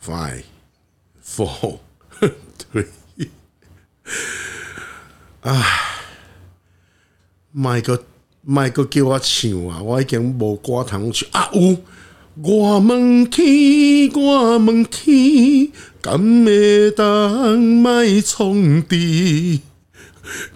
five, four, three. Ah. 啊，卖个卖个叫我唱啊！我已经无歌通唱啊！有，我问天，我问天，敢会当卖创治？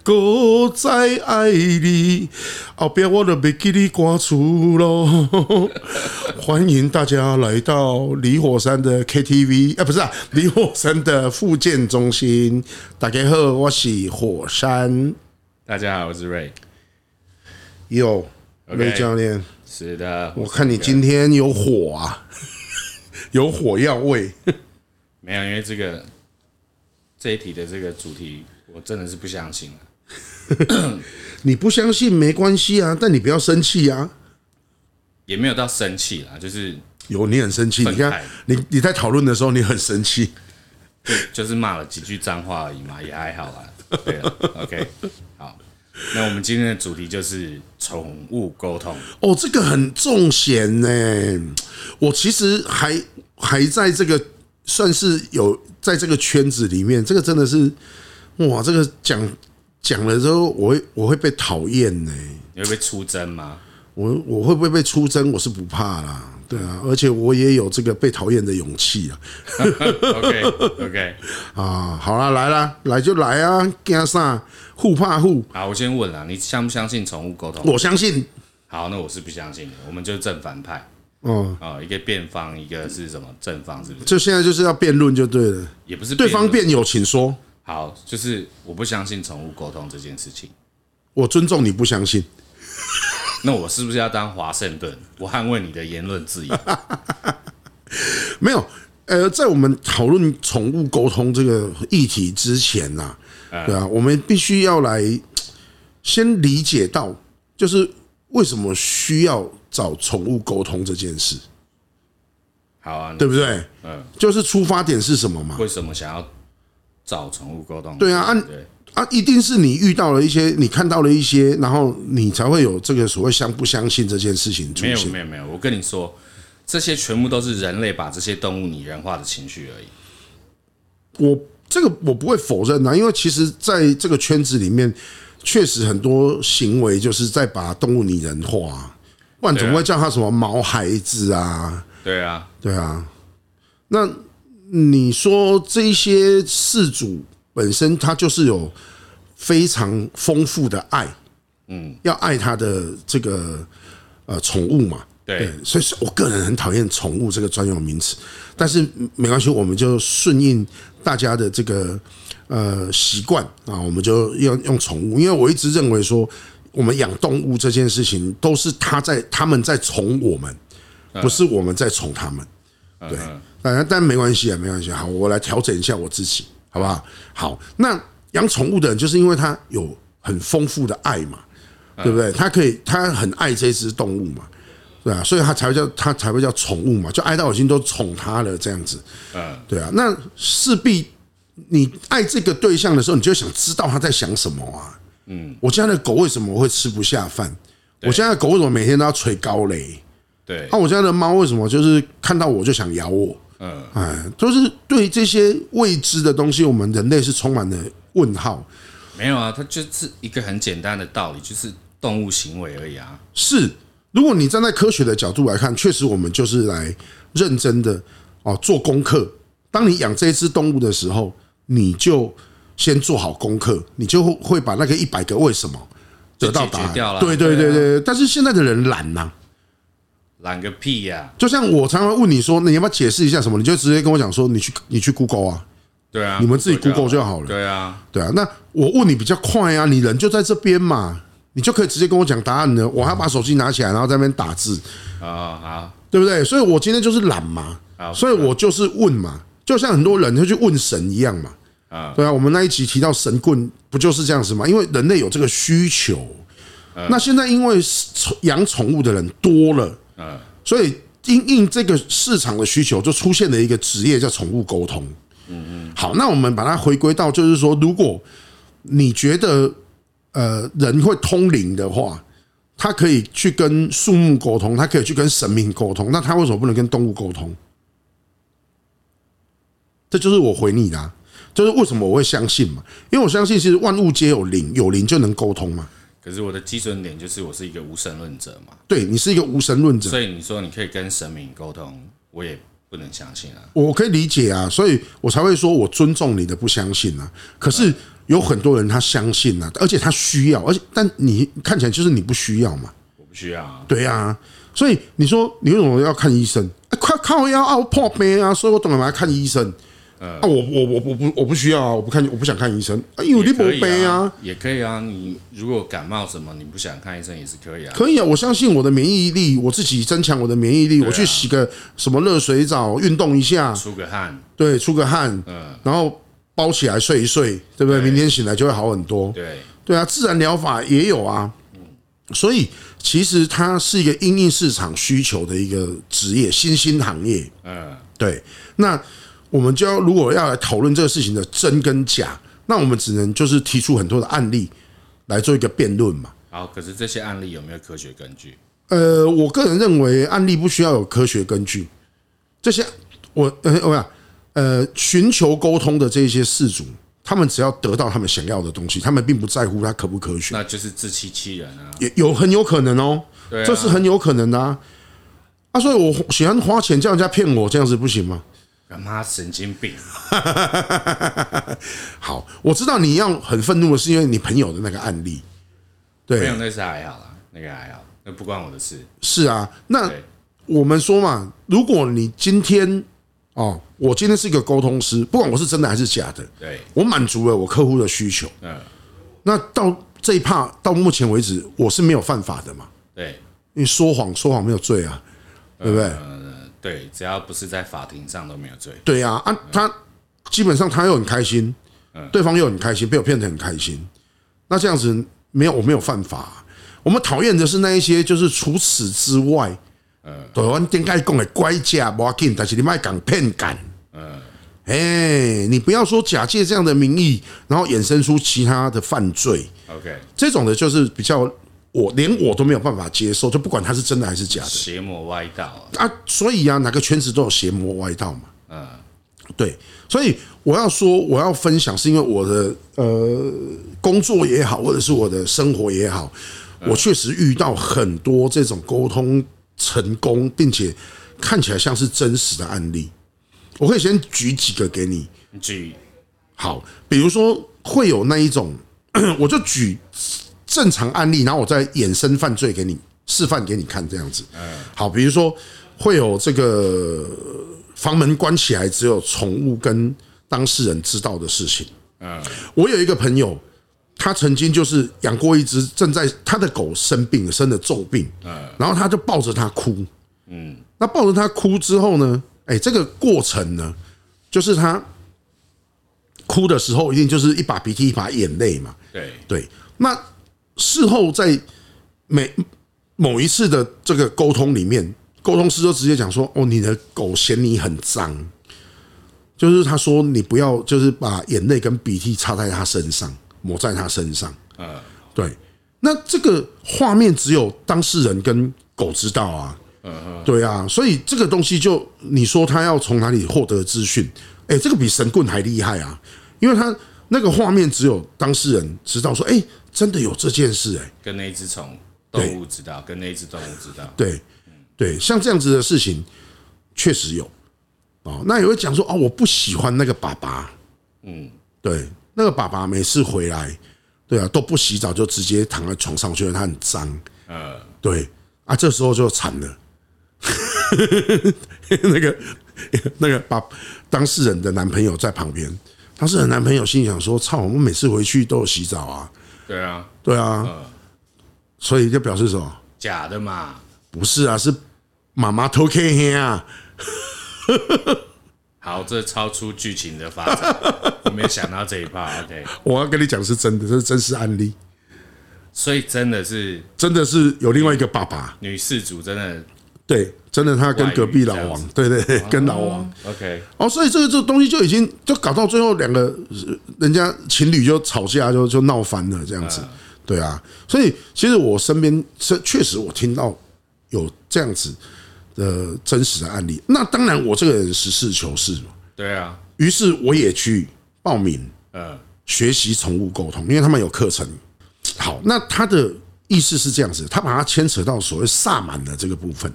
搁再爱你，后壁我就袂记你歌词咯。 欢迎大家来到李火山的 KTV，啊，不是啊，李火山的复健中心。大家好，我是火山大家好，我是瑞。哟， OK 瑞教练，是的，我看你今天有火啊， 有火药味。没有，因为这个这一题的这个主题，我真的是不相信啊。你不相信没关系啊，但你不要生气啊。也没有到生气啦，就是 有你很生气，你愤慨看你你在讨论的时候你很生气。就是骂了几句脏话而已嘛，也还好啊。对了，OK，好，那我们今天的主题就是宠物沟通。哦，这个很重险呢。我其实还还在这个算是有在这个圈子里面，这个真的是哇，这个讲讲了之后，我会我会被讨厌呢。你会被出征吗？我我会不会被出征？我是不怕啦，对啊，而且我也有这个被讨厌的勇气啊。 OK OK，啊，好啦，来啦，来就来啊，干啥？互怕互，好，我先问啦，你相不相信宠物沟通？我相信好，那我是不相信的，我们就是正反派哦。啊、一个辩方，一个是什么正方，是不是？就现在就是要辩论就对了，也不是对方辩论辩友请说，好，就是我不相信宠物沟通这件事情。我尊重你不相信。那我是不是要当华盛顿？ 我捍卫你的言论自 由。没有，呃，在我们讨论宠物沟通这个议题之前呐、嗯对啊，我们必须要来先理解到，就是为什么需要找宠物沟通这件事，好啊，对不对？嗯，就是出发点是什么嘛？为什么想要找宠物沟通？对啊按对，啊，一定是你遇到了一些，你看到了一些，然后你才会有这个所谓相不相信这件事情出没有现。没有没有，我跟你说，这些全部都是人类把这些动物拟人化的情绪而已。我这个我不会否认啊，因为其实在这个圈子里面，确实很多行为就是在把动物拟人化啊，不然怎么会叫它什么毛孩子啊？对啊，对啊，那你说这些事主本身他就是有非常丰富的爱，嗯，要爱他的这个呃宠物嘛，对，所以是我个人很讨厌“宠物”这个专有名词，但是没关系，我们就顺应大家的这个呃习惯啊，我们就用用宠物，因为我一直认为说，我们养动物这件事情都是他在他们在宠我们，不是我们在宠他们。对，呃，但没关系啊，没关系。好，我来调整一下我自己，好不好？好，那养宠物的人就是因为他有很丰富的爱嘛，对不对？他可以，他很爱这只动物嘛，对啊，所以他才会叫他才会叫宠物嘛，就爱到已经都宠它了这样子，嗯，对啊。那势必你爱这个对象的时候，你就想知道他在想什么啊。嗯，我家的狗为什么会吃不下饭？我家的狗为什么每天都要捶高嘞？对啊那、，我家的猫为什么就是看到我就想咬我？嗯，哎，就是对这些未知的东西，我们人类是充满了问号。没有啊，它就是一个很简单的道理，就是动物行为而已啊。是，如果你站在科学的角度来看，确实我们就是来认真的哦做功课。当你养这只动物的时候，你就先做好功课，你就会把那个一百个为什么得到答就解决掉案。了对对对对啊对，但是现在的人懒呐、懒个屁呀、就像我常常问你说，你要不要解释一下什么？你就直接跟我讲说，你去你去 Google 啊，对啊，你们自己 Google 就好好了。对啊，对啊，那我问你比较快啊，你人就在这边嘛，你就可以直接跟我讲答案了。我还要把手机拿起来，然后在那边打字，哦，好，对不对？所以我今天就是懒嘛，好所以啊我就是问嘛，就像很多人会去问神一样嘛。啊，对啊，我们那一集提到神棍，不就是这样子吗？因为人类有这个需求。那现在因为宠养宠物的人多了，嗯，所以因应这个市场的需求，就出现了一个职业叫宠物沟通。嗯嗯，好，那我们把它回归到，就是说，如果你觉得呃人会通灵的话，他可以去跟树木沟通，他可以去跟神明沟通，那他为什么不能跟动物沟通？这就是我回你的、啊，就是为什么我会相信嘛，因为我相信其实万物皆有灵，有灵就能沟通嘛。可是我的基准点就是我是一个无神论者嘛，对你是一个无神论者，所以你说你可以跟神明沟通，我也不能相信啊。我可以理解啊，所以我才会说我尊重你的不相信啊。可是有很多人他相信啊，而且他需要，而且但你看起来就是你不需要嘛。我不需要啊，对啊，所以你说你为什么要看医生？啊、快靠腰啊，我破杯啊，所以我懂了嘛，看医生。啊，我我我我不我不需要啊，我不看，我不想看医生，啊、因为你也不可以杯啊啊，，也可以啊。你如果感冒什么，你不想看医生也是可以啊。可以啊，我相信我的免疫力，我自己增强我的免疫力，我去洗个什么热水澡，运动一下，出个汗，对，出个汗，然后包起来睡一睡，对不对？明天醒来就会好很多。对，对啊，自然疗法也有啊。所以其实它是一个因应市场需求的一个职业，新兴行业。嗯，对，那我们就要如果要来讨论这个事情的真跟假，那我们只能就是提出很多的案例来做一个辩论嘛。好。可是这些案例有没有科学根据？呃，我个人认为案例不需要有科学根据，这些我呃我想呃寻求沟通的这些事主，他们只要得到他们想要的东西，他们并不在乎它可不科学，那就是自欺欺人啊。也有很有可能哦，对啊这是很有可能的啊。啊，所以我喜欢花钱叫人家骗我，这样子不行吗？干妈神经病，好，我知道你要很愤怒的是因为你朋友的那个案例，没对有，那是还好啦，那个还好，那不关我的事。是啊。那对我们说嘛，如果你今天哦，我今天是一个沟通师，不管我是真的还是假的，对，我满足了我客户的需求，嗯，那到这一趴到目前为止，我是没有犯法的嘛？对，因为说谎说谎没有罪啊，对不对？呃，对，只要不是在法庭上都没有罪。对呀、啊，他基本上他又很开心，对方又很开心，被我骗得很开心。那这样子没有，我没有犯法、我们讨厌的是那一些，就是除此之外，台湾顶该讲的乖假不要紧，但是你卖讲骗感，哎，你不要说假借这样的名义，然后衍生出其他的犯罪， OK，这种的就是比较我连我都没有办法接受，就不管他是真的还是假的。邪魔歪道啊，啊，所以啊，哪个圈子都有邪魔歪道嘛。嗯，对，所以我要说，我要分享，是因为我的呃工作也好，或者是我的生活也好，我确实遇到很多这种沟通成功，并且看起来像是真实的案例。我可以先举几个给你。你举好，比如说会有那一种， 我就举正常案例，然后我再衍生犯罪给你示范给你看，这样子。好，比如说会有这个房门关起来，只有宠物跟当事人知道的事情。我有一个朋友，他曾经就是养过一只正在他的狗生病了，生了重病，然后他就抱着它哭，嗯，那抱着它哭之后呢，哎，这个过程呢，就是他哭的时候一定就是一把鼻涕一把眼泪嘛，对，对，那事后在每某一次的这个沟通里面，沟通师就直接讲说：“哦，你的狗嫌你很脏。”就是他说你不要，就是把眼泪跟鼻涕擦在它身上，抹在它身上。嗯对，那这个画面只有当事人跟狗知道啊。对啊，所以这个东西就你说他要从哪里获得资讯？哎，这个比神棍还厉害啊，因为他那个画面只有当事人知道说，哎，真的有这件事哎、跟那一只宠动物知道，跟那一只动物知道，对对，像这样子的事情确实有哦。那也会讲说哦，我不喜欢那个爸爸，嗯，对，那个爸爸每次回来，对啊，都不洗澡就直接躺在床上，觉得他很脏，呃，对啊，这时候就惨了。 那个那个把当事人的男朋友在旁边，当事人男朋友心里想说：“操，我们每次回去都有洗澡啊，对啊，对啊，所以就表示什么？假的嘛。不是啊，是妈妈偷看黑啊。”好，这超出剧情的发展，我没有想到这一趴。OK， 我要跟你讲是真的，这是真实案例，所以真的是真的是有另外一个爸爸，女事主真的对，真的他跟外遇隔壁老这样王，对对对，跟老王 OK，哦，所以这个这个东西就已经就搞到最后两个呃人家情侣就吵架就就闹翻了这样嗯子，对啊，所以其实我身边是确实我听到有这样子的真实的案例，那当然我这个人实事求是嘛，对啊，于是我也去报名嗯学习宠物沟通，因为他们有课程。好，那他的意思是这样子，他把它牵扯到所谓萨满的这个部分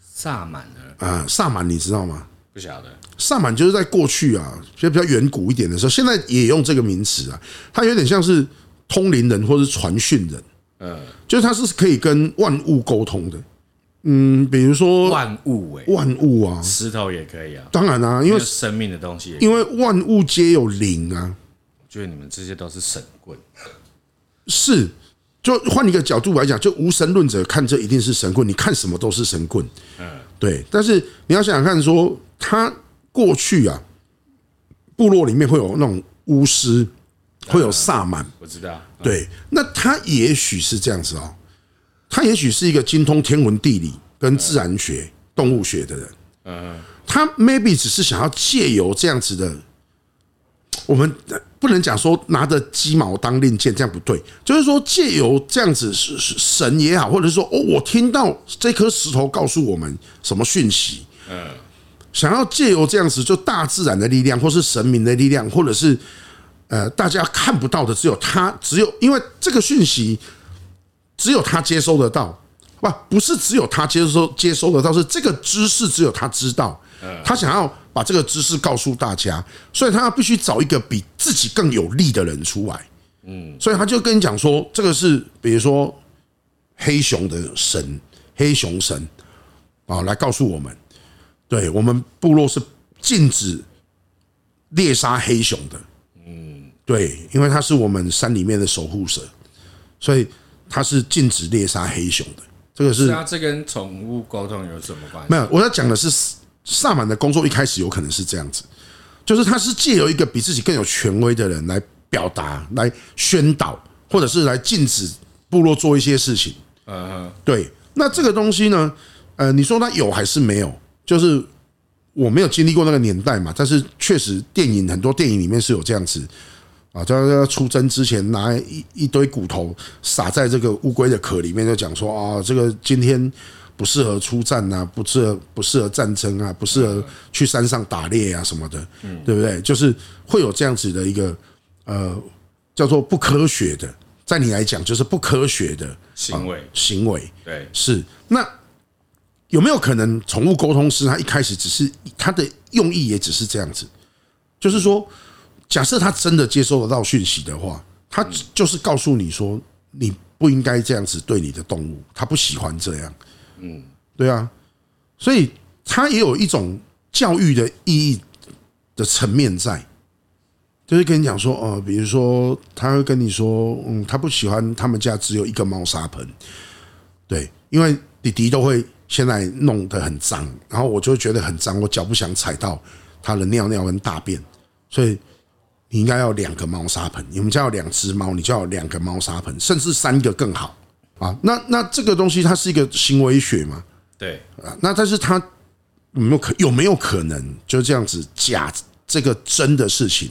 萨满呢啊、萨满你知道吗？不晓得，萨满就是在过去啊，就比较远古一点的时候，现在也用这个名词啊，它有点像是通灵人或是传讯人，嗯，就是它是可以跟万物沟通的。嗯，比如说万物哎、万物啊，石头也可以啊，当然啊，因就为是生命的东西也可以，因为万物皆有灵啊，我觉得你们这些都是神棍，是。就换一个角度来讲，就无神论者看这一定是神棍，你看什么都是神棍。嗯，对。但是你要想想看说他过去啊，部落里面会有那种巫师，会有萨满，我知道，嗯对，那他也许是这样子哦，他也许是一个精通天文地理跟自然学、动物学的人。他 maybe 只是想要借由这样子的，我们不能讲说拿着鸡毛当令箭，这样不对。就是说借由这样子是是神也好，或者说哦，我听到这颗石头告诉我们什么讯息，想要借由这样子，就大自然的力量，或是神明的力量，或者是呃大家看不到的，只有他，只有因为这个讯息只有他接收得到，不不是只有他接收接收得到，是这个知识只有他知道，他想要把这个知识告诉大家，所以他必须找一个比自己更有利的人出来。嗯，所以他就跟你讲说，这个是比如说黑熊的神，黑熊神啊，来告诉我们。对我们部落是禁止猎杀黑熊的。嗯，对，因为它是我们山里面的守护神，所以它是禁止猎杀黑熊的。这个是那这跟宠物沟通有什么关系没？有，我要讲的是萨满的工作一开始有可能是这样子，就是他是借由一个比自己更有权威的人来表达、来宣导，或者是来禁止部落做一些事情。嗯，对，那这个东西呢，呃，你说它有还是没有？就是我没有经历过那个年代嘛，但是确实电影很多电影里面是有这样子啊，就要出征之前拿一一堆骨头撒在这个乌龟的壳里面，就讲说啊、这个今天。不适合出战啊，不适合不适合战争啊，不适合去山上打猎啊什么的，对不对？就是会有这样子的一个呃，叫做不科学的，在你来讲就是不科学的行为行为。对，是那有没有可能宠物沟通师他一开始只是他的用意也只是这样子，就是说，假设他真的接收得到讯息的话，他就是告诉你说你不应该这样子对你的动物，他不喜欢这样。嗯，对啊，所以他也有一种教育的意义的层面在。就是跟你讲说，哦、比如说，他会跟你说，嗯，他不喜欢他们家只有一个猫砂盆，对，因为弟弟都会先来弄得很脏，然后我就会觉得很脏，我脚不想踩到他的尿尿跟大便，所以你应该要两个猫砂盆。你们家有两只猫，你就要有两个猫砂盆，甚至三个更好啊。那那这个东西它是一个行为学嘛？对，啊，那但是它有没有可有没有可能就这样子假这个真的事情，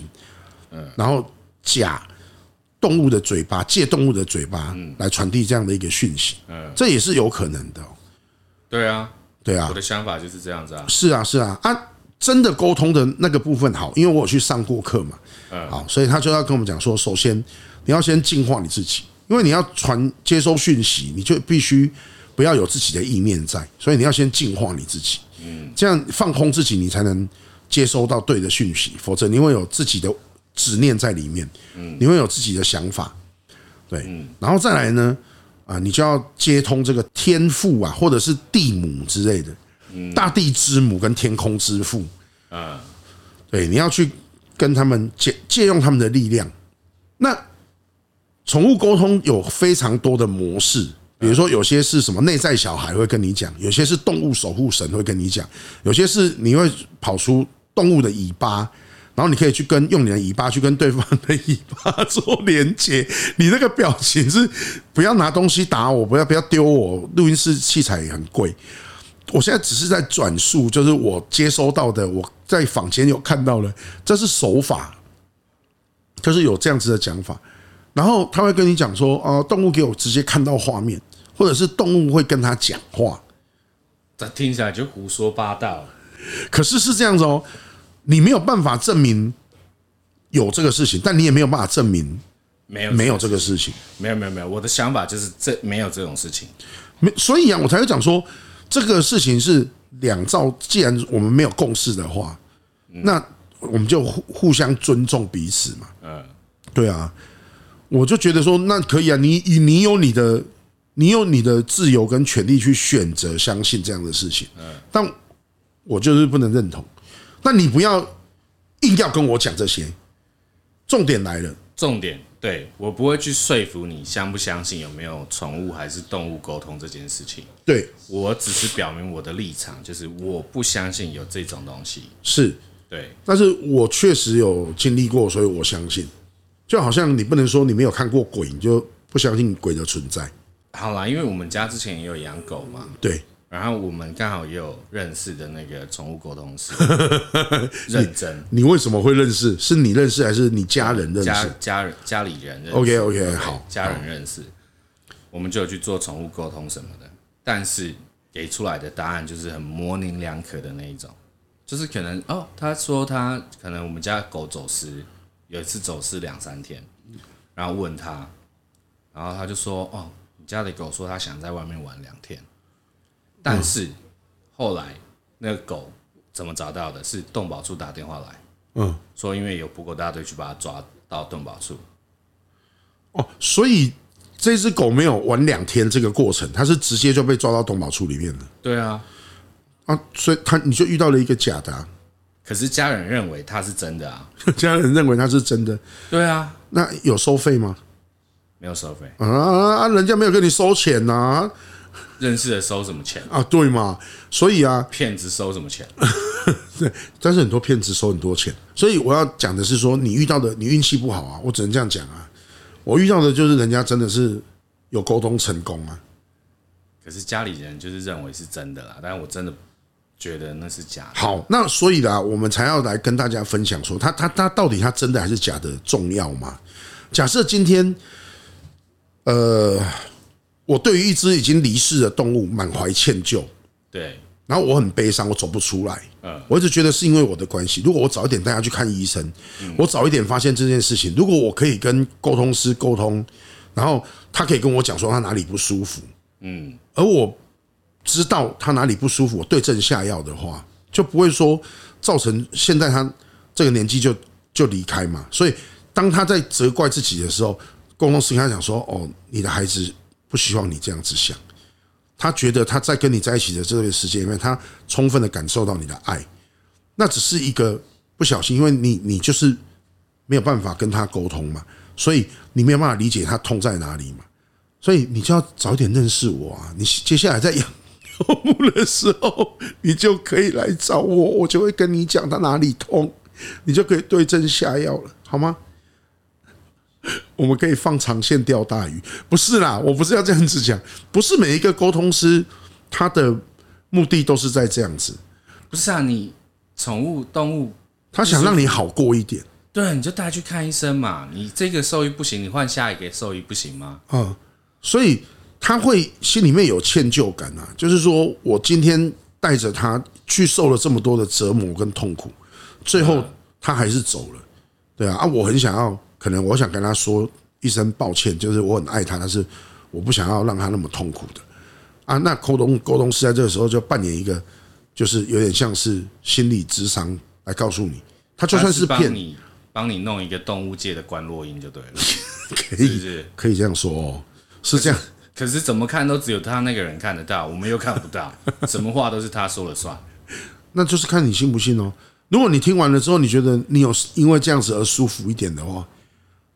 然后假动物的嘴巴，借动物的嘴巴来传递这样的一个讯息，这也是有可能的哦、对啊，对啊我，的想法就是这样子啊，是啊，是啊，啊，真的沟通的那个部分好，因为我有去上过课嘛，好，所以他就要跟我们讲说，首先你要先净化你自己，因为你要传接收讯息，你就必须不要有自己的意念在，所以你要先净化你自己，嗯，这样放空自己，你才能接收到对的讯息，否则你会有自己的执念在里面，嗯，你会有自己的想法，对，然后再来呢，啊，你就要接通这个天父啊，或者是地母之类的，大地之母跟天空之父，嗯，对，你要去跟他们借借用他们的力量。那宠物沟通有非常多的模式，比如说有些是什么内在小孩会跟你讲，有些是动物守护神会跟你讲，有些是你会跑出动物的尾巴。然后你可以去跟用你的尾巴去跟对方的尾巴做连接，你那个表情是不要拿东西打我，不要不要丢我，录音室器材也很贵，我现在只是在转述，就是我接收到的，我在坊间有看到的，这是手法，就是有这样子的讲法。然后他会跟你讲说，哦、动物给我直接看到画面，或者是动物会跟他讲话，这听起来就胡说八道，可是是这样子哦，你没有办法证明有这个事情，但你也没有办法证明没有没有这个事情。没有没有没有，我的想法就是这没有这种事情，没，所以啊，我才会讲说这个事情是两造。既然我们没有共识的话，那我们就互互相尊重彼此嘛。嗯，对啊，我就觉得说那可以啊，你你有你的，你有你的自由跟权利去选择相信这样的事情。但我就是不能认同。但你不要硬要跟我讲这些。重点来了，重点对我不会去说服你相不相信有没有宠物还是动物沟通这件事情，对，我只是表明我的立场，就是我不相信有这种东西。是对，但是我确实有经历过，所以我相信。就好像你不能说你没有看过鬼，你就不相信鬼的存在。好啦，因为我们家之前也有养狗嘛，对，然后我们刚好也有认识的那个宠物沟 通师，认真你为什么会认识？是你认识还是你家人认家识家人家里人认识？OK OK，对好，家人认识，我们就有去做宠物沟通什么的，但是给出来的答案就是很模棱两可的那一种，就是可能哦，他说他可能我们家狗走失，有一次走失两三天，然后问他，然后他就说哦，你家的狗说它想在外面玩两天，但是后来那个狗怎么找到的？是动保处打电话来嗯，说，因为有捕狗大队去把它抓到动保处。哦，所以这只狗没有玩两天这个过程，它是直接就被抓到动保处里面了对啊，啊，所以它你就遇到了一个假的啊、 可是家人认为它是真的啊。家人认为它是真的，对啊，那有收费吗？没有收费，啊啊，人家没有跟你收钱呐、认识的收什么钱？啊，啊，对嘛，所以啊，骗子收什么钱？但是很多骗子收很多钱，所以我要讲的是说，你遇到的你运气不好啊，我只能这样讲啊。我遇到的就是人家真的是有沟通成功啊，可是家里人就是认为是真的啦，但是我真的觉得那是假的。好，那所以啦，我们才要来跟大家分享说，他他他到底他真的还是假的重要吗？假设今天，呃，我对于一只已经离世的动物满怀歉疚，对，然后我很悲伤，我走不出来。我一直觉得是因为我的关系。如果我早一点带他去看医生，我早一点发现这件事情，如果我可以跟沟通师沟通，然后他可以跟我讲说他哪里不舒服，嗯，而我知道他哪里不舒服，我对症下药的话，就不会说造成现在他这个年纪就就离开嘛。所以当他在责怪自己的时候，沟通师跟他讲说：“哦，你的孩子不希望你这样子想。”他觉得他在跟你在一起的这个时间里面，他充分的感受到你的爱，那只是一个不小心，因为你你就是没有办法跟他沟通嘛，所以你没有办法理解他痛在哪里嘛，所以你就要早一点认识我啊！你接下来在养动物的时候，你就可以来找我，我就会跟你讲他哪里痛，你就可以对症下药了，好吗？我们可以放长线钓大鱼，不是啦，我不是要这样子讲，不是每一个沟通师他的目的都是在这样子，不是啊，你宠物动物，他想让你好过一点对，你就带去看医生嘛。你这个兽医不行，你换下一个兽医不行吗？啊、所以他会心里面有歉疚感啊，就是说我今天带着他去受了这么多的折磨跟痛苦，最后他还是走了，对啊，啊，我很想要，可能我想跟他说一声抱歉，就是我很爱他，但是我不想要让他那么痛苦的啊。那沟通沟通师在这个时候就扮演一个，就是有点像是心理智商来告诉你，他就算他是骗帮你帮你弄一个动物界的关洛音 就对了，是可不以是？可以这样说哦，是这样。可是怎么看都只有他那个人看得到，我们又看不到， 什么话都是他说了算。那就是看你信不信哦。如果你听完了之后，你觉得你有因为这样子而舒服一点的话，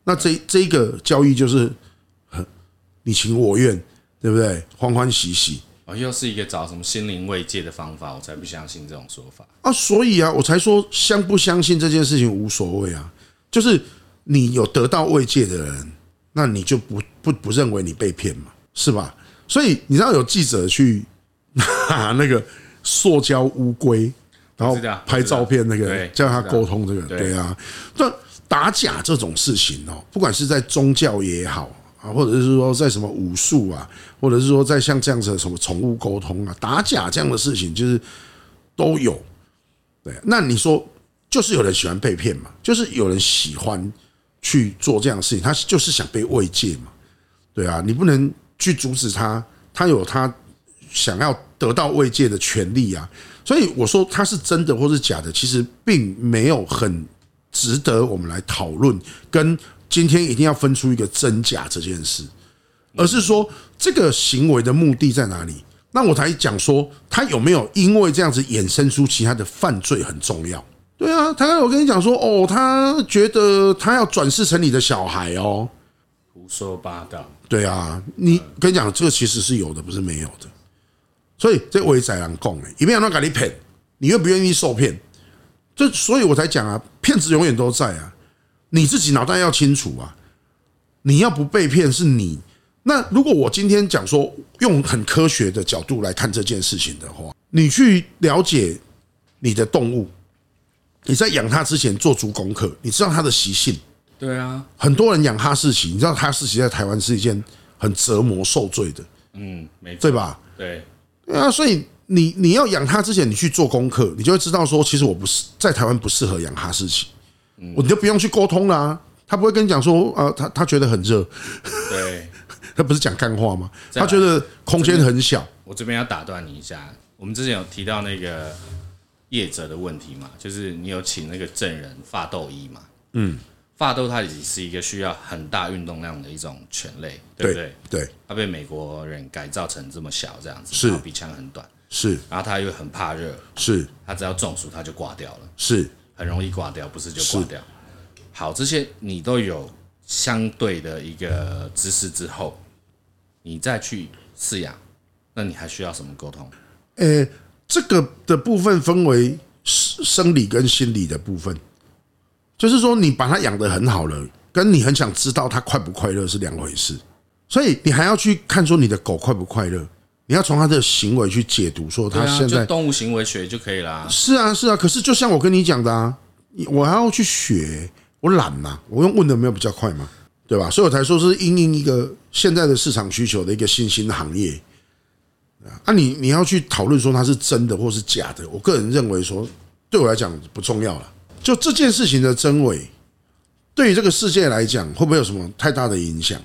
那这这一个交易就是呵你情我愿，对不对？欢欢喜喜哦，又是一个找什么心灵慰藉的方法，我才不相信这种说法。啊，所以啊，我才说相不相信这件事情无所谓啊，就是你有得到慰藉的人，那你就不不不认为你被骗嘛，是吧？所以你知道有记者去拿那个塑胶乌龟，然后知道拍照片那知道个对，叫他知道沟通这个，对对啊，但打假这种事情哦，不管是在宗教也好啊，或者是说在什么武术啊，或者是说在像这样子的什么宠物啊沟通啊，打假这样的事情，就是都有。对，那你说就是有人喜欢被骗嘛，就是有人喜欢去做这样的事情，他就是想被慰藉嘛，对啊，你不能去阻止他，他有他想要得到慰藉的权利啊。所以我说他是真的或是假的，其实并没有很值得我们来讨论，跟今天一定要分出一个真假这件事，而是说这个行为的目的在哪里？那我才讲说他有没有因为这样子衍生出其他的犯罪很重要。对啊，他有跟你讲说，哦，他觉得他要转世成你的小孩哦。胡说八道。对啊，你跟你讲，这个其实是有的，不是没有的。所以这伪仔郎供哎，一面让他给你骗，你愿不愿意受骗？这所以我才讲啊，骗子永远都在啊，你自己脑袋要清楚啊，你要不被骗是你。那如果我今天讲说用很科学的角度来看这件事情的话，你去了解你的动物，你在养它之前做足功课，你知道它的习性，对啊，很多人养哈士奇，你知道哈士奇在台湾是一件很折磨受罪的，嗯，没错，对吧？对，对啊，所以你你要养它之前，你去做功课，你就会知道说，其实我不是在台湾不适合养哈士奇，我你就不用去沟通啦。他不会跟你讲说，呃，他他觉得很热，对，他不是讲干话吗？再他来觉得空间很小，我这边要打断你一下，我们之前有提到那个业者的问题嘛，就是你有请那个证人发豆医嘛，嗯，发豆它也是一个需要很大运动量的一种犬类，对不对？对，它被美国人改造成这么小这样子，是然后鼻腔很短，是然后它又很怕热，是它只要中暑它就挂掉了，是很容易挂掉，不是就挂掉。好，这些你都有相对的一个知识之后，你再去饲养，那你还需要什么沟通？呃，这个的部分分为生生理跟心理的部分，就是说你把它养得很好了，跟你很想知道它快不快乐是两回事，所以你还要去看说你的狗快不快乐，你要从它的行为去解读说它对啊，现在就动物行为学就可以啦。是啊，是啊。可是就像我跟你讲的啊，你我还要去学，我懒呐、我用问的没有比较快嘛，对吧？所以我才说是因应一个现在的市场需求的一个新兴行业。啊，你你要去讨论说它是真的或是假的，我个人认为说，对我来讲不重要了。就这件事情的真伪，对于这个世界来讲，会不会有什么太大的影响？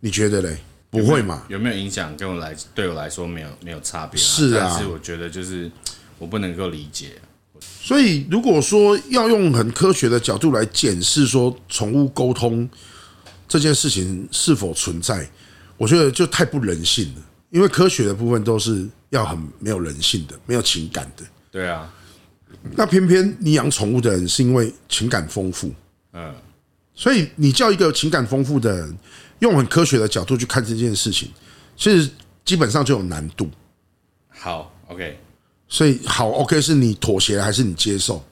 你觉得嘞？不会嘛？有没有影响？跟我来对我来说没有没有差别、是啊但是我觉得就是我不能够理解。所以，如果说要用很科学的角度来检视说宠物沟通这件事情是否存在，我觉得就太不人性了。因为科学的部分都是要很没有人性的、没有情感的。对啊，那偏偏你养宠物的人是因为情感丰富，嗯，所以你叫一个情感丰富的人用很科学的角度去看这件事情，其实基本上就有难度。好，OK，所以好，OK，是你妥协了还是你接受？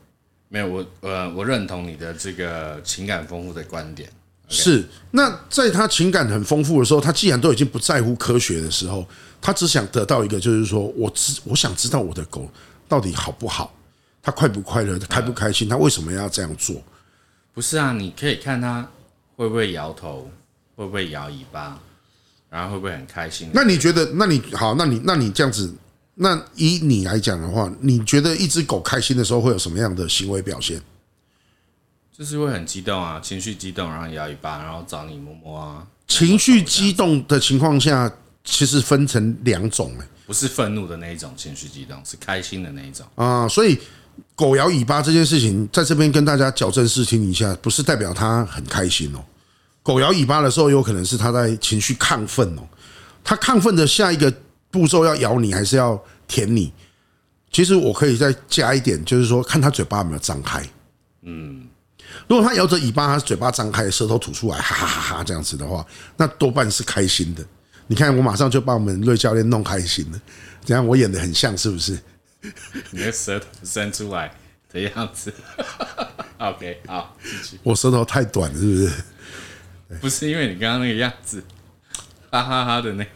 没有我呃，我认同你的这个情感丰富的观点。是，那在他情感很丰富的时候，他既然都已经不在乎科学的时候，他只想得到一个，就是说我知我想知道我的狗到底好不好，它快不快乐，它开不开心，它为什么要这样做？不是啊，你可以看它会不会摇头，会不会摇尾巴，然后会不会很开心。那你觉得？那你好，那你那你这样子，那以你来讲的话，你觉得一只狗开心的时候会有什么样的行为表现？就是会很激动啊，情绪激动，然后摇尾巴，然后找你摸摸啊，情绪激动的情况下，其实分成两种、欸，不是愤怒的那一种情绪激动，是开心的那一种。 啊，所以狗摇尾巴这件事情，在这边跟大家矫正视听一下，不是代表它很开心哦。狗摇尾巴的时候，有可能是它在情绪亢奋哦。它亢奋的下一个步骤要咬你，还是要舔你？其实我可以再加一点，就是说看它嘴巴有没有张开。嗯，如果它摇着尾巴，它嘴巴张开，舌头吐出来，哈哈哈哈这样子的话，那多半是开心的。你看，我马上就把我们瑞教练弄开心了，怎样？我演的很像是不是？你的舌头伸出来的样子。OK，好，我舌头太短，是不是？ 不是因为你刚刚那个样子， 哈哈哈的那个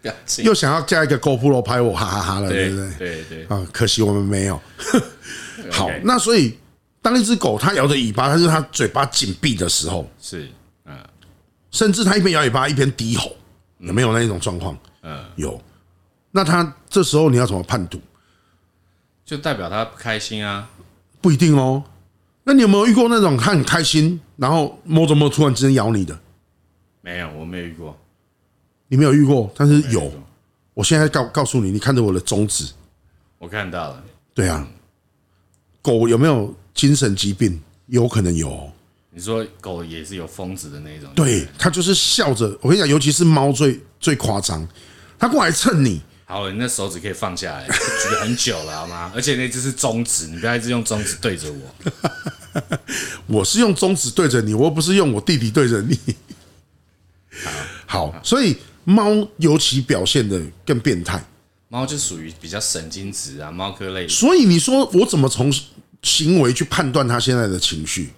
表情。又想要加一个 GoPro 拍我，哈哈哈了，对对不对？对对，啊，可惜我们没有。 好 OK，那所以当一只狗它摇着尾巴，但是它嘴巴紧闭的时候，是，嗯，甚至它一边摇尾巴一边低吼，有没有那一种状况？嗯，有。那它这时候你要怎么判读？就代表他不开心啊。不一定哦。那你有没有遇过那种他很开心，然后摸着摸着突然之间咬你的？没有，我没有遇过，你没有遇过，但是没遇有过。我现在告告诉你，你看着我的中指，我看到了，对啊，狗有没有精神疾病？有可能有哦、你说狗也是有疯子的那种，对，它就是笑着。我跟你讲，尤其是猫最最夸张，它过来蹭你，好，你那手指可以放下来，举了很久了好吗？而 且那只是中指，你不要一直用中指对着我。 我是用中指对着你，我又不是用我弟弟对着你。好，所以猫尤其表现的更变态。猫就属于比较神经质啊，猫科类。所以你说我怎么从行为去判断它现在的情绪？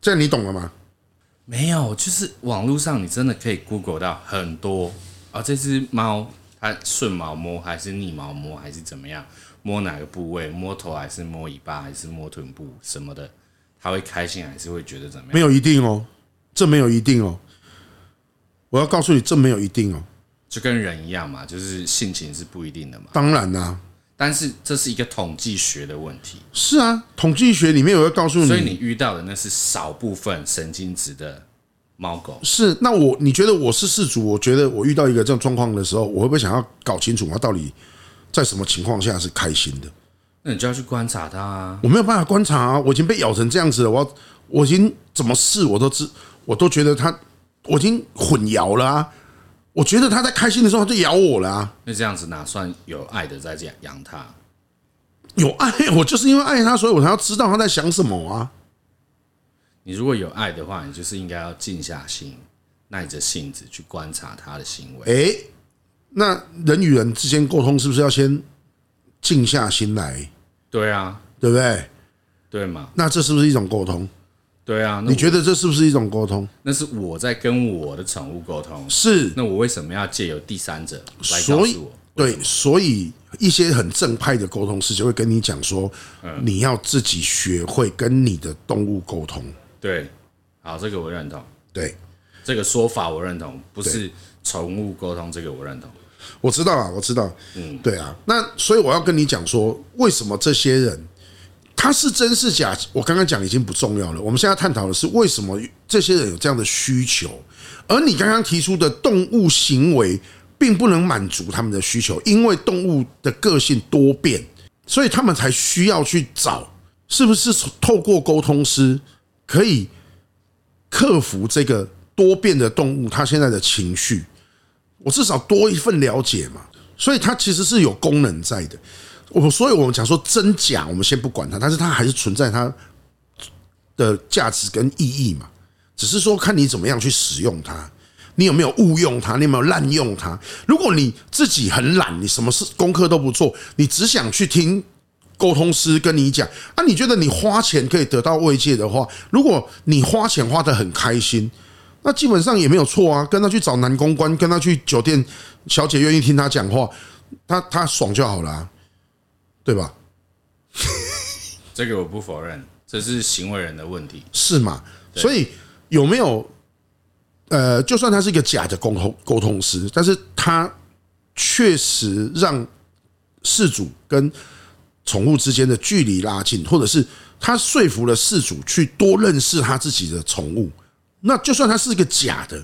这样你懂了吗？没有，就是网络上你真的可以 Google 到很多啊，这只猫它顺毛摸还是逆毛摸还是怎么样，摸哪个部位，摸头还是摸尾巴还是摸臀部什么的，它会开心还是会觉得怎么样？没有一定哦，这没有一定哦。我要告诉你，这没有一定哦。就跟人一样嘛，就是性情是不一定的嘛。当然啦、但是这是一个统计学的问题，是啊，统计学里面有会告诉所以你遇到的那是少部分神经质的猫狗。是，那我你觉得我是事主？我觉得我遇到一个这种状况的时候，我会不会想要搞清楚他到底在什么情况下是开心的？那你就要去观察它啊。我没有办法观察啊，我已经被咬成这样子了，我要我已经怎么试我都知，我都觉得他我已经混淆了啊。我觉得他在开心的时候他就咬我了啊，那这样子哪算有爱的在养养它？有爱， 我就是因为爱他，所以我才要知道他在想什么啊。你如果有爱的话，你就是应该要静下心，耐着性子去观察它的行为。诶，那人与人之间沟通是不是要先静下心来，对啊，对不对？对嘛，那这是不是一种沟通？对啊。你那我觉得这是不是一种沟通？那是我在跟我的宠物沟通，是，那我为什么要借由第三者来告所以诉我？对，所以一些很正派的沟通师就会跟你讲说，你要自己学会跟你的动物沟通。对，好，这个我认同，对，这个说法我认同，不是宠物沟通这个我认同。我知道啊，我知道，嗯，对啊。那所以我要跟你讲说，为什么这些人他是真是假？我刚刚讲已经不重要了。我们现在探讨的是为什么这些人有这样的需求，而你刚刚提出的动物行为并不能满足他们的需求，因为动物的个性多变，所以他们才需要去找是不是透过沟通师可以克服这个多变的动物它现在的情绪。我至少多一份了解嘛。所以它其实是有功能在的。我所以我们讲说真假，我们先不管它，但是它还是存在它的价值跟意义嘛。只是说看你怎么样去使用它，你有没有误用它，你有没有滥用它。如果你自己很懒，你什么事功课都不做，你只想去听沟通师跟你讲啊，你觉得你花钱可以得到慰藉的话，如果你花钱花得很开心，那基本上也没有错啊。跟他去找男公关，跟他去酒店，小姐愿意听他讲话，他他爽就好了、啊，对吧？这个我不否认，这是行为人的问题。是嘛？所以有没有呃，就算他是一个假的沟通沟通师，但是他确实让事主跟宠物之间的距离拉近，或者是他说服了事主去多认识他自己的宠物。那就算他是一个假的，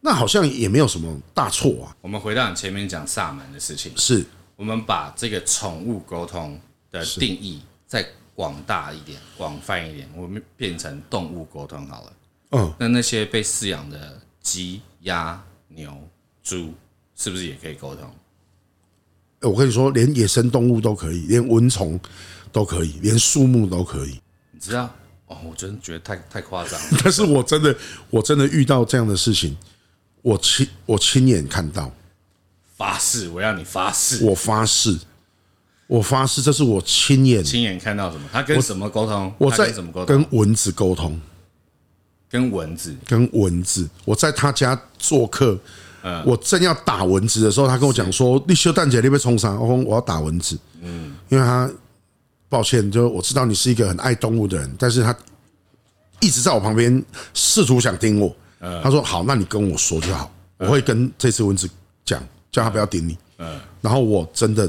那好像也没有什么大错啊。我们回到你前面讲萨满的事情，是我们把这个宠物沟通的定义再广大一点、广泛一点，我们变成动物沟通好了。嗯，那那些被饲养的鸡、鸭、牛、猪，是不是也可以沟通？呃我跟你说，连野生动物都可以，连蚊虫都可以，连树木都可以。 你知道？哦，我真的觉得太太夸张了。 但是我真的，我真的遇到这样的事情，我亲我亲眼看到，发誓，我要你发誓，我发誓，我发誓，这是我亲眼，亲眼看到什么？它跟什么沟通？我它在跟什么沟通？跟蚊子沟通，跟蚊子。跟蚊子，我在他家做客，我正要打蚊子的时候，他跟我讲说：“立修蛋姐，你被冲伤，我说我要打蚊子。”嗯，因为他抱歉，就我知道你是一个很爱动物的人，但是他一直在我旁边试图想盯我。他说：“好，那你跟我说就好，我会跟这只蚊子讲，叫他不要盯你。”嗯，然后我真的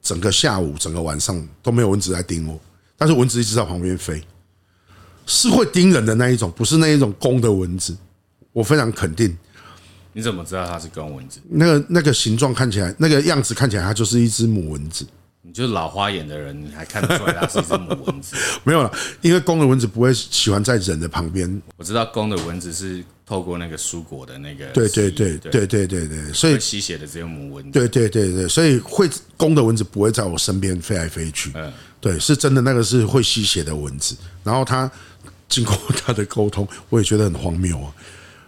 整个下午、整个晚上都没有蚊子来叮我，但是蚊子一直在旁边飞，是会叮人的那一种，不是那一种公的蚊子。我非常肯定，你怎么知道它是公蚊子？那个那个形状看起来，那个样子看起来，它就是一只母蚊子。你就是老花眼的人，你还看得出来它是一只母蚊 子？没有了，因为公的蚊子不会喜欢在人的旁边。我知道公的蚊子是透过那个蔬果的那个对对吸对对对对对对，所以会吸血的只有母蚊子。对对对对，所以会公的蚊子不会在我身边飞来飞去。嗯对，是真的，那个是会吸血的蚊子。然后它经过 它的沟通，我也觉得很荒谬啊。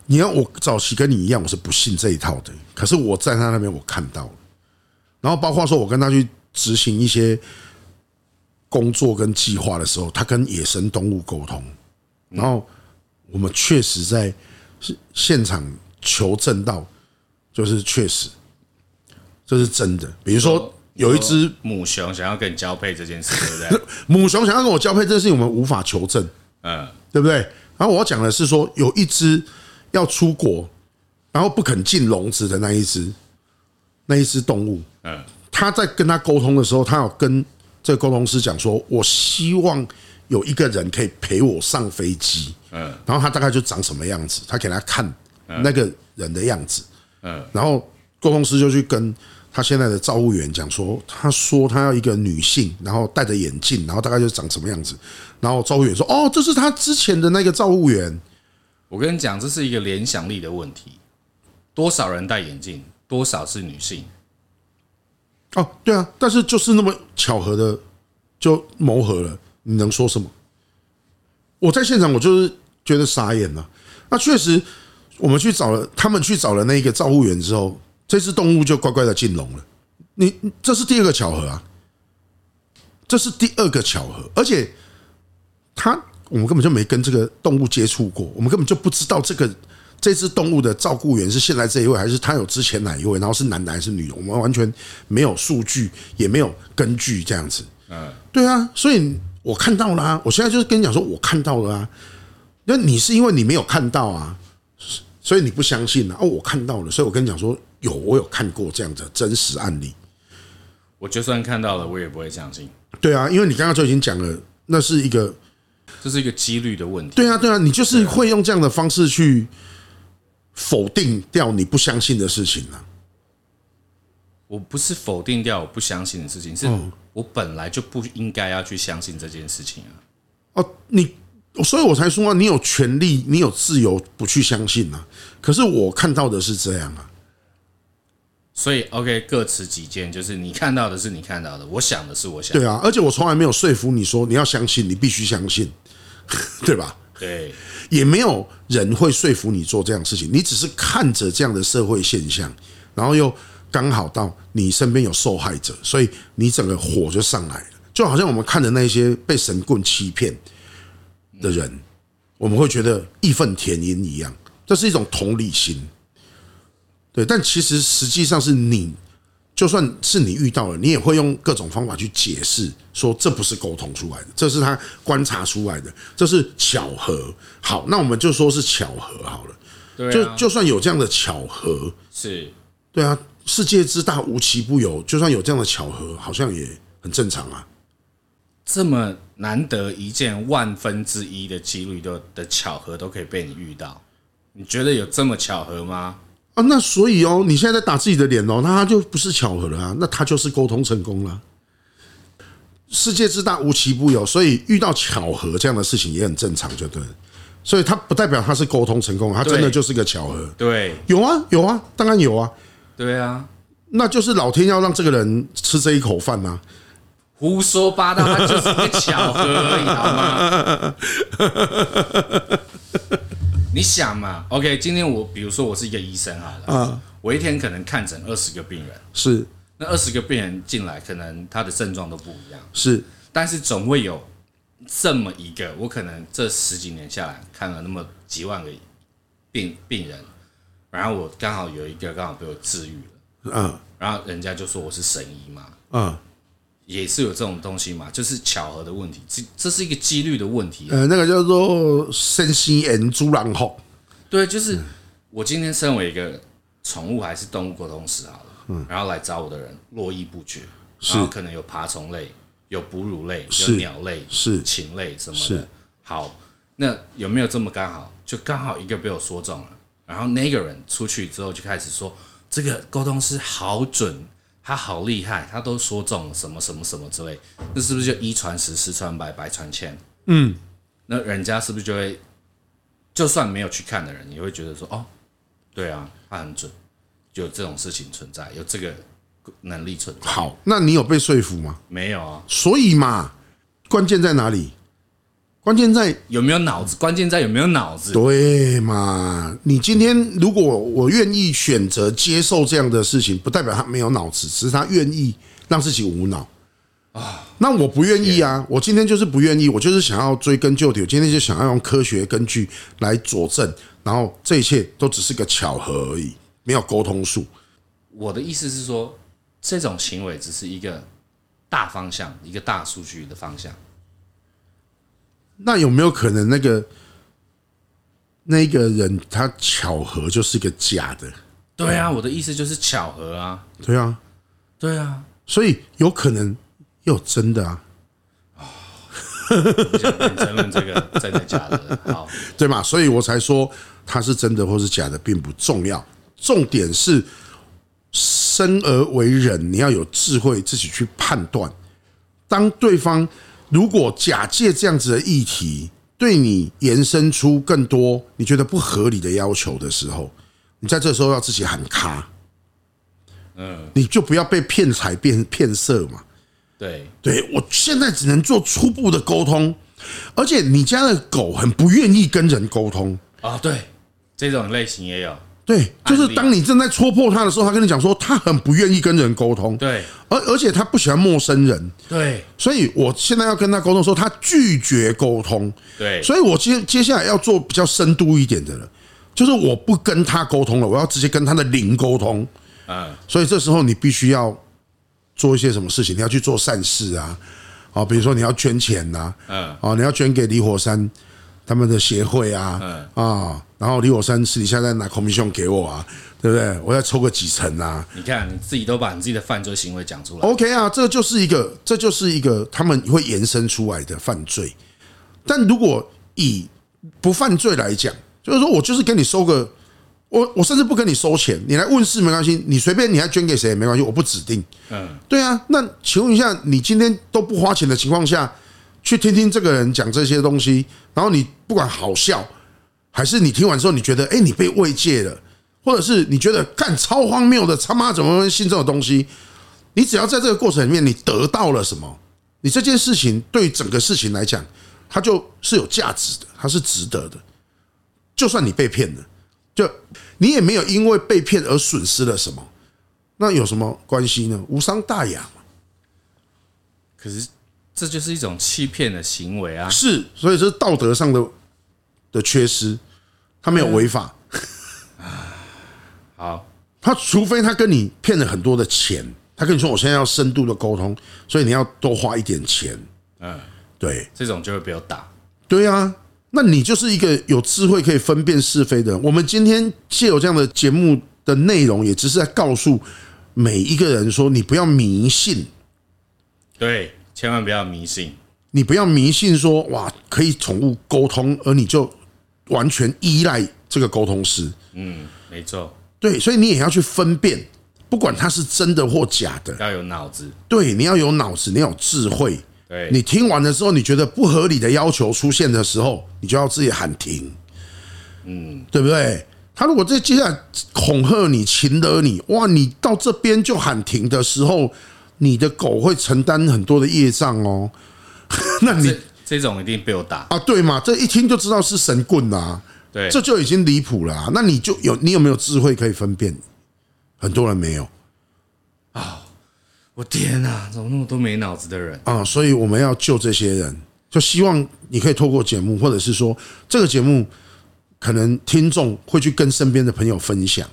你要我早期跟你一样，我是不信这一套的。可是我站在他那边，我看到了。然后包括说我跟他去执行一些工作跟计划的时候，他跟野生动物沟通，嗯然后我们确实在是现场求证到，就是确实这是真的。比如哦说有一只母熊想要跟你交配这件事，对 不对？母熊想要跟我交配，这件事情我们无法求证，嗯，对不对？然后我要讲的是说，有一只要出国，然后不肯进笼子的那一只，那一只动物，嗯，他在跟他沟通的时候，他有跟这个沟通师讲说，我希望有一个人可以陪我上飞机，嗯，然后他大概就长什么样子，他给他看嗯那个人的样子，嗯，然后沟通师就去跟他现在的造物员讲说，他说他要一个女性，然后戴着眼镜，然后大概就长什么样子，然后造物员说，哦，这是他之前的那个造物员，我跟你讲，这是一个联想力的问题。多少人戴眼镜，多少是女性，哦，对啊，但是就是那么巧合的就谋合了，你能说什么？我在现场，我就是觉得傻眼了、那确实，我们去找了他们去找了那个造物员之后，这只动物就乖乖的进笼了。你这是第二个巧合啊，这是第二个巧合，而且它我们根本就没跟这个动物接触过，我们根本就不知道这个这只动物的照顾员是现在这一位，还是他有之前哪一位，然后是男的还是女的，我们完全没有数据，也没有根据这样子。嗯，对啊，所以我看到了、啊，我现在就是跟你讲说，我看到了啊。那你是因为你没有看到啊，所以你不相信啊？哦，我看到了，所以我跟你讲说，有我有看过这样的真实案例。我就算看到了，我也不会相信。对啊，因为你刚刚就已经讲了，那是一个这是一个几率的问题。对啊，对啊，你就是会用这样的方式去否定掉你不相信的事情啊。我不是否定掉我不相信的事情，是嗯我本来就不应该要去相信这件事情啊。哦，你，所以我才说啊，你有权利，你有自由不去相信啊。可是我看到的是这样啊，所以，OK，各持己见，就是你看到的是你看到的，我想的是我想的。对啊，而且我从来没有说服你说你要相信，你必须相信， 对吧？对，也没有人会说服你做这样的事情，你只是看着这样的社会现象，然后又刚好到你身边有受害者，所以你整个火就上来了。就好像我们看着那些被神棍欺骗的人，我们会觉得义愤填膺一样，这是一种同理心。对，但其实实际上是你，就算是你遇到了，你也会用各种方法去解释，说这不是沟通出来的，这是他观察出来的，这是巧合。好，那我们就说是巧合好了。对就啊，就算有这样的巧合，是对啊，世界之大无奇不有，就算有这样的巧合，好像也很正常啊。这么难得一见万分之一的几率都的巧合都可以被你遇到，你觉得有这么巧合吗？啊，那所以哦，你现在在打自己的脸哦，那他就不是巧合了啊，那他就是沟通成功了啊。世界之大无奇不有，所以遇到巧合这样的事情也很正常，就对了。所以它不代表他是沟通成功，他真的对就是个巧合。对，有啊，有啊，当然有啊，对啊，那就是老天要让这个人吃这一口饭啊呐、胡说八道，它就是一个巧合而已，好吗？ 你想嘛，OK，今天我比如说我是一个医生好了，啊我一天可能看诊二十个病人，是那二十个病人进来，可能他的症状都不一样，是，但是总会有这么一个，我可能这十几年下来看了那么几万个病病人，然后我刚好有一个刚好被我治愈了，嗯然后人家就说我是神医嘛，嗯。也是有这种东西嘛，就是巧合的问题，这这是一个几率的问题啊、呃，那个叫做身心炎猪狼吼，对，就是我今天身为一个宠物还是动物沟通师好了，然后来找我的人络绎不绝，然后可能有爬虫类，有哺乳类、有是鸟类、是禽类什么的是。好，那有没有这么刚好？就刚好一个被我说中了，然后那个人出去之后就开始说，这个沟通师好准，他好厉害，他都说中了什么什么什么之类，那是不是就一传十，十传百，百传千？嗯，那人家是不是就会，就算没有去看的人，也会觉得说，哦，对啊，他很准，有这种事情存在，有这个能力存在，好，那你有被说服吗？没有啊？所以嘛，关键在哪里？关键在有没有脑子？关键在有没有脑子。对嘛？你今天如果我愿意选择接受这样的事情，不代表他没有脑子，只是他愿意让自己无脑啊。那我不愿意啊，我今天就是不愿意，我就是想要追根究底，我今天就想要用科学根据来佐证，然后这一切都只是个巧合而已，没有沟通术。我的意思是说，这种行为只是一个大方向，一个大数据的方向。那有没有可能那个那个人他巧合就是个假的？对啊，我的意思就是巧合啊。对啊，对啊，所以有可能也有真的啊。不想跟你争论这个 真的假的。好，对嘛？所以我才说它是真的或是假的并不重要，重点是生而为人，你要有智慧自己去判断。当对方如果假借这样子的议题对你延伸出更多你觉得不合理的要求的时候，你在这时候要自己喊卡，嗯，你就不要被骗财骗骗色嘛。对，对我现在只能做初步的沟通，而且你家的狗很不愿意跟人沟通。啊，对，这种类型也有。对，案就例啊是当你正在戳破他的时候，他跟你讲说他很不愿意跟人沟通，对，而而且他不喜欢陌生人，对，所以我现在要跟他沟通说他拒绝沟通，对，所以我接接下来要做比较深度一点的了，就是我不跟他沟通了，我要直接跟他的灵沟通。嗯，所以这时候你必须要做一些什么事情，你要去做善事啊，哦，比如说你要捐钱呐、嗯，哦，你要捐给李火山他们的协会啊，嗯啊，然后李火山私底下再拿 commission 给我啊，对不对？我再抽个几成啊你看你自己都把你自己的犯罪行为讲出来。 ，OK 啊，这就是一个，这就是一个他们会延伸出来的犯罪。但如果以不犯罪来讲，就是说我就是跟你收个，我我甚至不跟你收钱，你来问事没关系，你随便你还捐给谁也没关系，我不指定。嗯，对啊，那请问一下，你今天都不花钱的情况下，去听听这个人讲这些东西，然后你不管好笑，还是你听完之后你觉得，哎，你被慰藉了，或者是你觉得干超荒谬的，他妈怎么会信这种东西？你只要在这个过程里面，你得到了什么，你这件事情对整个事情来讲，它就是有价值的，它是值得的。就算你被骗了，就你也没有因为被骗而损失了什么。那有什么关系呢？无伤大雅嘛。可是这就是一种欺骗的行为啊。是，所以这是道德上的的缺失，他没有违法，好，他除非他跟你骗了很多的钱，他跟你说我现在要深度的沟通，所以你要多花一点钱。嗯，对，这种就会被我打。对啊，那你就是一个有智慧可以分辨是非的人。我们今天借由这样的节目的内容，也只是在告诉每一个人说，你不要迷信，对，千万不要迷信。你不要迷信说哇可以宠物沟通，而你就完全依赖这个沟通师。嗯，没错，对，所以你也要去分辨，不管它是真的或假的。要有脑子。对，你要有脑子，你要有智慧。对，你听完了之后，你觉得不合理的要求出现的时候，你就要自己喊停。嗯，对不对？他如果这接下来恐吓你、擒得你，哇，你到这边就喊停的时候，你的狗会承担很多的业障哦。那你这这种一定被我打。啊，对嘛，这一听就知道是神棍啦、对，这就已经离谱了、啊。那你就有你有没有智慧可以分辨？很多人没有我天哪、怎么那么多没脑子的人？啊，所以我们要救这些人。就希望你可以透过节目，或者是说这个节目，可能听众会去跟身边的朋友分享。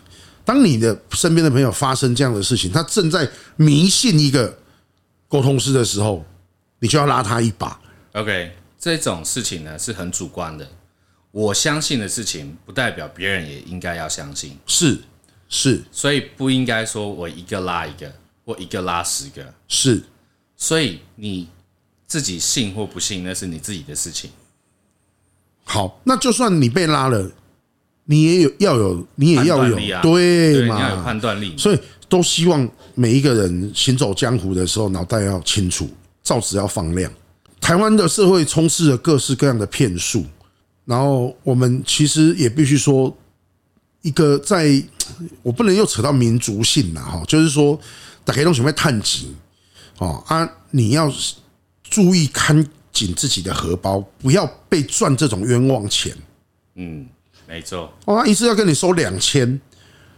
当你的身边的朋友发生这样的事情，他正在迷信一个沟通师的时候，你就要拉他一把。 OK，这种事情呢是很主观的，我相信的事情不代表别人也应该要相信，是是所以不应该说我一个拉一个或一个拉十个。是，所以你自己信或不信那是你自己的事情。好，那就算你被拉了，你也有要有，你也要判有断力，啊对对，你要有嘛？判断力。所以都希望每一个人行走江湖的时候，脑袋要清楚，造纸要放亮。台湾的社会充斥着各式各样的骗术，然后我们其实也必须说，一个在我不能又扯到民族性了哈，就是说大家都想要探钱哦啊，你要注意看紧自己的荷包，不要被赚这种冤枉钱。嗯，没错。哦，他一次要跟你收两千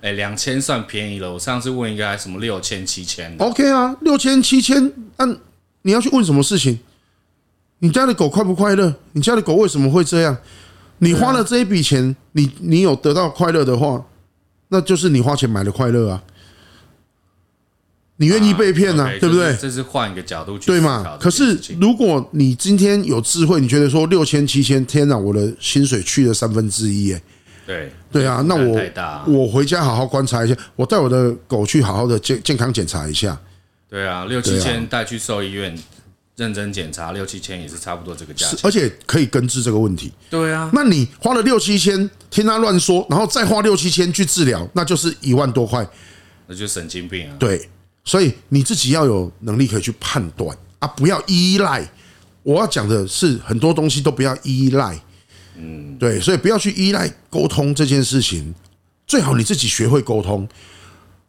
哎，两千算便宜了。我上次问一个还什么六千、七千的， ，OK 啊，六千七千，那你要去问什么事情？你家的狗快不快乐？你家的狗为什么会这样？你花了这一笔钱，你你有得到快乐的话，那就是你花钱买的快乐啊。你愿意被骗啊， OK，对不就对是？这是换一个角度去对思嘛考？这可件是事情如果你今天有智慧，你觉得说六千七千，天哪，我的薪水去了三分之一，哎，对对啊，那负担我太大啊我回家好好观察一下，我带我的狗去好好的健健康检查一下。对啊，六七千带去兽医院认真检查，六七千也是差不多这个价钱。而且可以根治这个问题。对啊，那你花了六七千听他乱说，然后再花六七千去治疗，那就是一万多块。那就神经病啊。对，所以你自己要有能力可以去判断啊，不要依赖。我要讲的是，很多东西都不要依赖。嗯，对，所以不要去依赖沟通这件事情，最好你自己学会沟通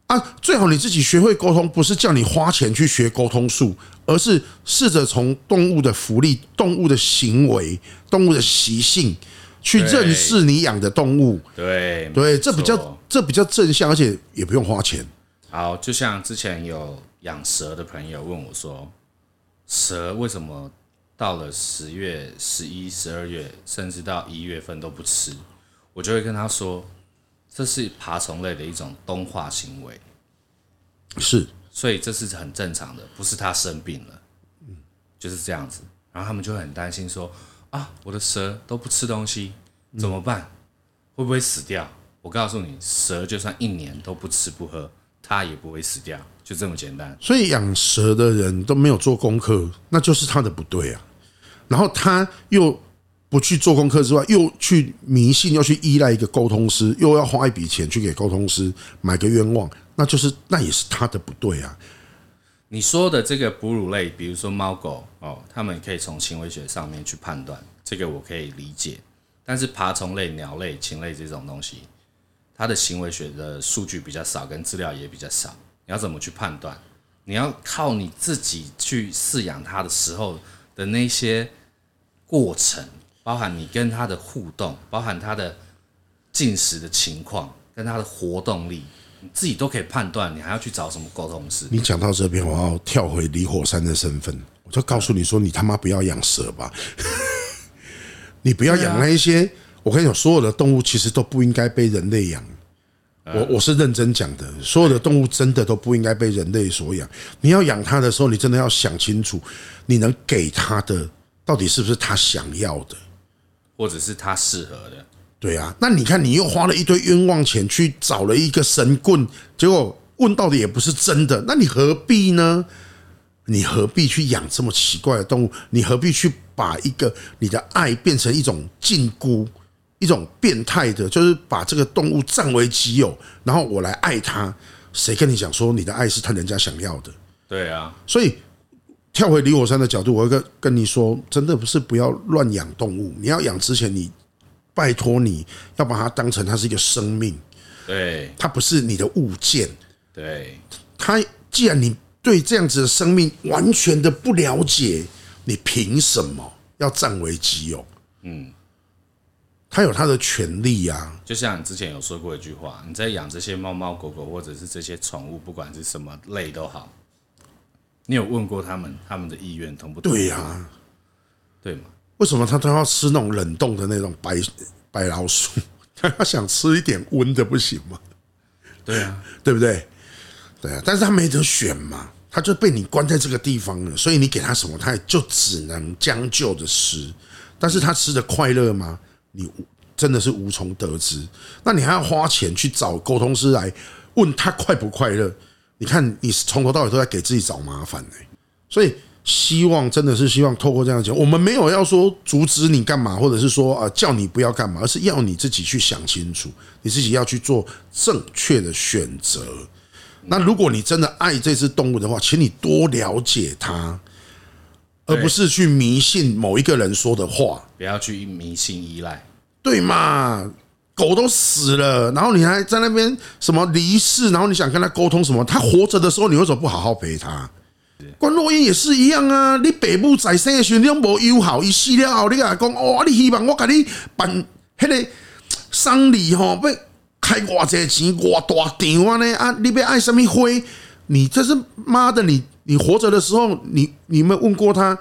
啊，最好你自己学会沟通，不是叫你花钱去学沟通术，而是试着从动物的福利、动物的行为、动物的习性去对认识你养的动物。对对，没这比较错这比较正向，而且也不用花钱。好。就像之前有养蛇的朋友问我说，蛇为什么到了十月、十一、十二月，甚至到一月份都不吃？我就会跟他说，这是爬虫类的一种东化行为，是，所以这是很正常的，不是它生病了，就是这样子。然后他们就会很担心说，啊，我的蛇都不吃东西，怎么办？会不会死掉？我告诉你，蛇就算一年都不吃不喝，它也不会死掉，就这么简单。所以养蛇的人都没有做功课，那就是他的不对啊。然后他又不去做功课之外，又去迷信，又去依赖一个沟通师，又要花一笔钱去给沟通师买个冤枉，那就是那也是他的不对啊。你说的这个哺乳类，比如说猫狗哦，它们可以从行为学上面去判断，这个我可以理解。但是爬虫类、鸟类、禽类这种东西，它的行为学的数据比较少，跟资料也比较少，你要怎么去判断？你要靠你自己去饲养它的时候的那些过程，包含你跟它的互动，包含它的进食的情况，跟它的活动力，你自己都可以判断，你还要去找什么沟通师？你讲到这边，我要跳回李火山的身份，我就告诉你说，你他妈不要养蛇吧， 你不要养那一些。我跟你讲，所有的动物其实都不应该被人类养。我我是认真讲的，所有的动物真的都不应该被人类所养。你要养它的时候，你真的要想清楚，你能给它的到底是不是它想要的。或者是他适合的。对啊，那你看，你又花了一堆冤枉钱去找了一个神棍，结果问到的也不是真的，那你何必呢？你何必去养这么奇怪的动物？你何必去把一个你的爱变成一种禁锢，一种变态的，就是把这个动物占为己有，然后我来爱它？谁跟你讲说你的爱是他人家想要的？对啊，所以跳回李火山的角度，我会跟跟你说，真的不是不要乱养动物。你要养之前，你拜托你要把它当成它是一个生命，对它不是你的物件。对，它既然你对这样子的生命完全的不了解，你凭什么要占为己有？嗯，它有它的权利呀、啊。就像你之前有说过一句话，你在养这些猫猫狗狗或者是这些宠物，不管是什么类都好，你有问过他们他们的意愿同不同意？对呀、对嘛？为什么它都要吃那种冷冻的那种白白老鼠？ 它想吃一点温的不行吗？对啊，对不对？对啊，但是他没得选嘛，他就被你关在这个地方了，所以你给他什么，他也就只能将就着吃。但是他吃的快乐吗？你无真的是无从得知。那你还要花钱去找沟通师来问他快不快乐？你看，你从头到尾都在给自己找麻烦呢、所以，希望真的是希望透过这样讲，我们没有要说阻止你干嘛，或者是说啊叫你不要干嘛，而是要你自己去想清楚，你自己要去做正确的选择。那如果你真的爱这只动物的话，请你多了解它，而不是去迷信某一个人说的话。不要去迷信依赖。对嘛？狗都死了，然后你还在那边什么离世，然后你想跟它沟通什么？它活着的时候，你为什么不好好陪它？关洛英也是一样啊！你北部在生的时候，你拢无友好，伊死了后，你甲讲哦，啊你希望我甲你办迄个丧礼吼，要开偌济钱，偌大场啊呢啊！你要爱什么花？你这是妈的！你你活着的时候，你你有没有问过他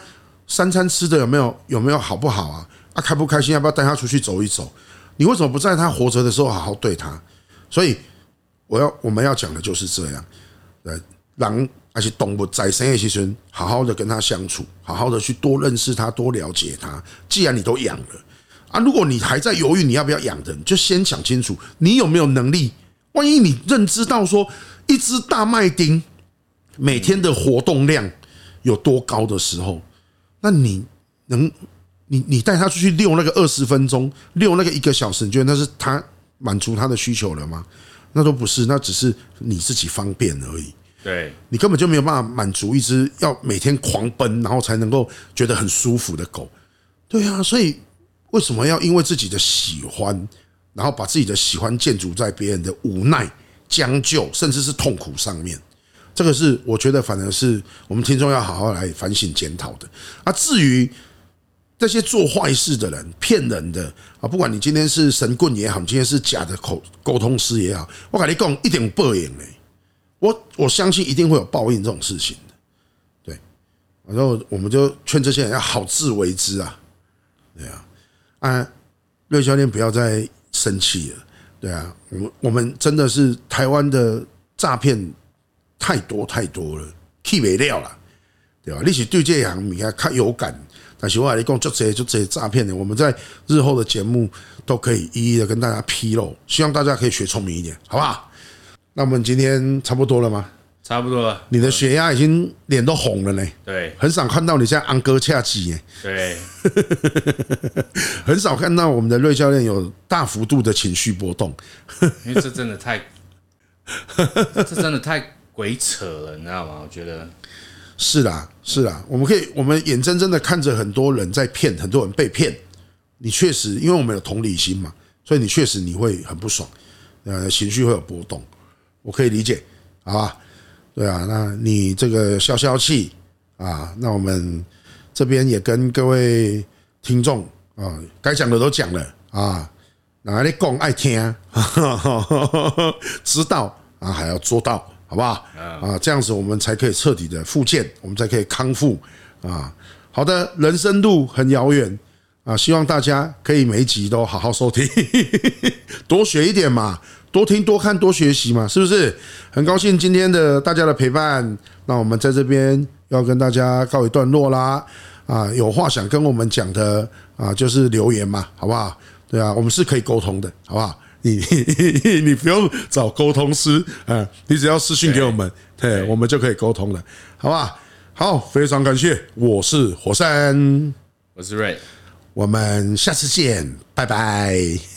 三餐吃的有没有有没有好不好啊？啊，开不开心？要不要带他出去走一走？你为什么不在他活着的时候好好对他？所以我要我们要讲的就是这样，呃，人而且动物在生的时候，好好的跟他相处，好好的去多认识他，多了解他。既然你都养了啊，如果你还在犹豫你要不要养的，你就先想清楚你有没有能力。万一你认知到说一只大麦丁每天的活动量有多高的时候，那你能你你带他出去遛那个二十分钟，遛那个一个小时，你觉得那是他满足他的需求了吗？那都不是，那只是你自己方便而已。对，你根本就没有办法满足一只要每天狂奔，然后才能够觉得很舒服的狗。对啊，所以为什么要因为自己的喜欢，然后把自己的喜欢建筑在别人的无奈、将就，甚至是痛苦上面？这个是我觉得，反而是我们听众要好好来反省检讨的。啊，至于这些做坏事的人、骗人的啊，不管你今天是神棍也好，你今天是假的口沟通师也好，我跟你讲，一点有报应的。我我相信一定会有报应这种事情的，对。然后我们就劝这些人要好自为之啊，对啊，啊，瑞教练不要再生气了，对啊，我们我们真的是台湾的诈骗太多太多了，气没了啦，对啊吧、你是对这行你还较有感，但是我跟你讲，就这就这诈骗的，我们在日后的节目都可以一一的跟大家披露，希望大家可以学聪明一点，好不好？那我们今天差不多了吗？差不多了。你的血压已经脸都红了呢，对很少看到你在昂哥恰吉耶，对，很少看到我们的瑞教练有大幅度的情绪波动。因为这真 的太，这真的太鬼扯了，你知道吗？我觉得是啦，是啦，我们可以，我们眼睁睁的看着很多人在骗，很多人被骗。你确实，因为我们有同理心嘛，所以你确实你会很不爽，呃，情绪会有波动，我可以理解，好吧？对啊，那你这个消消气啊，那我们这边也跟各位听众啊，该讲的都讲了啊，哪里讲爱听， 知道啊，还要做到，好不好？啊，这样子我们才可以彻底的复健，我们才可以康复啊。好的，人生路很遥远啊，希望大家可以每一集都好好收听，多学一点嘛，多听多看多学习嘛，是不是？很高兴今天的大家的陪伴，那我们在这边要跟大家告一段落啦。啊，有话想跟我们讲的啊，就是留言嘛，好不好？对啊，我们是可以沟通的，好不好？你 你不用找沟通师，啊，你只要私信给我们，对，我们就可以沟通了，好不好？好，非常感谢，我是火山，我是 Ray。我们下次见，拜拜。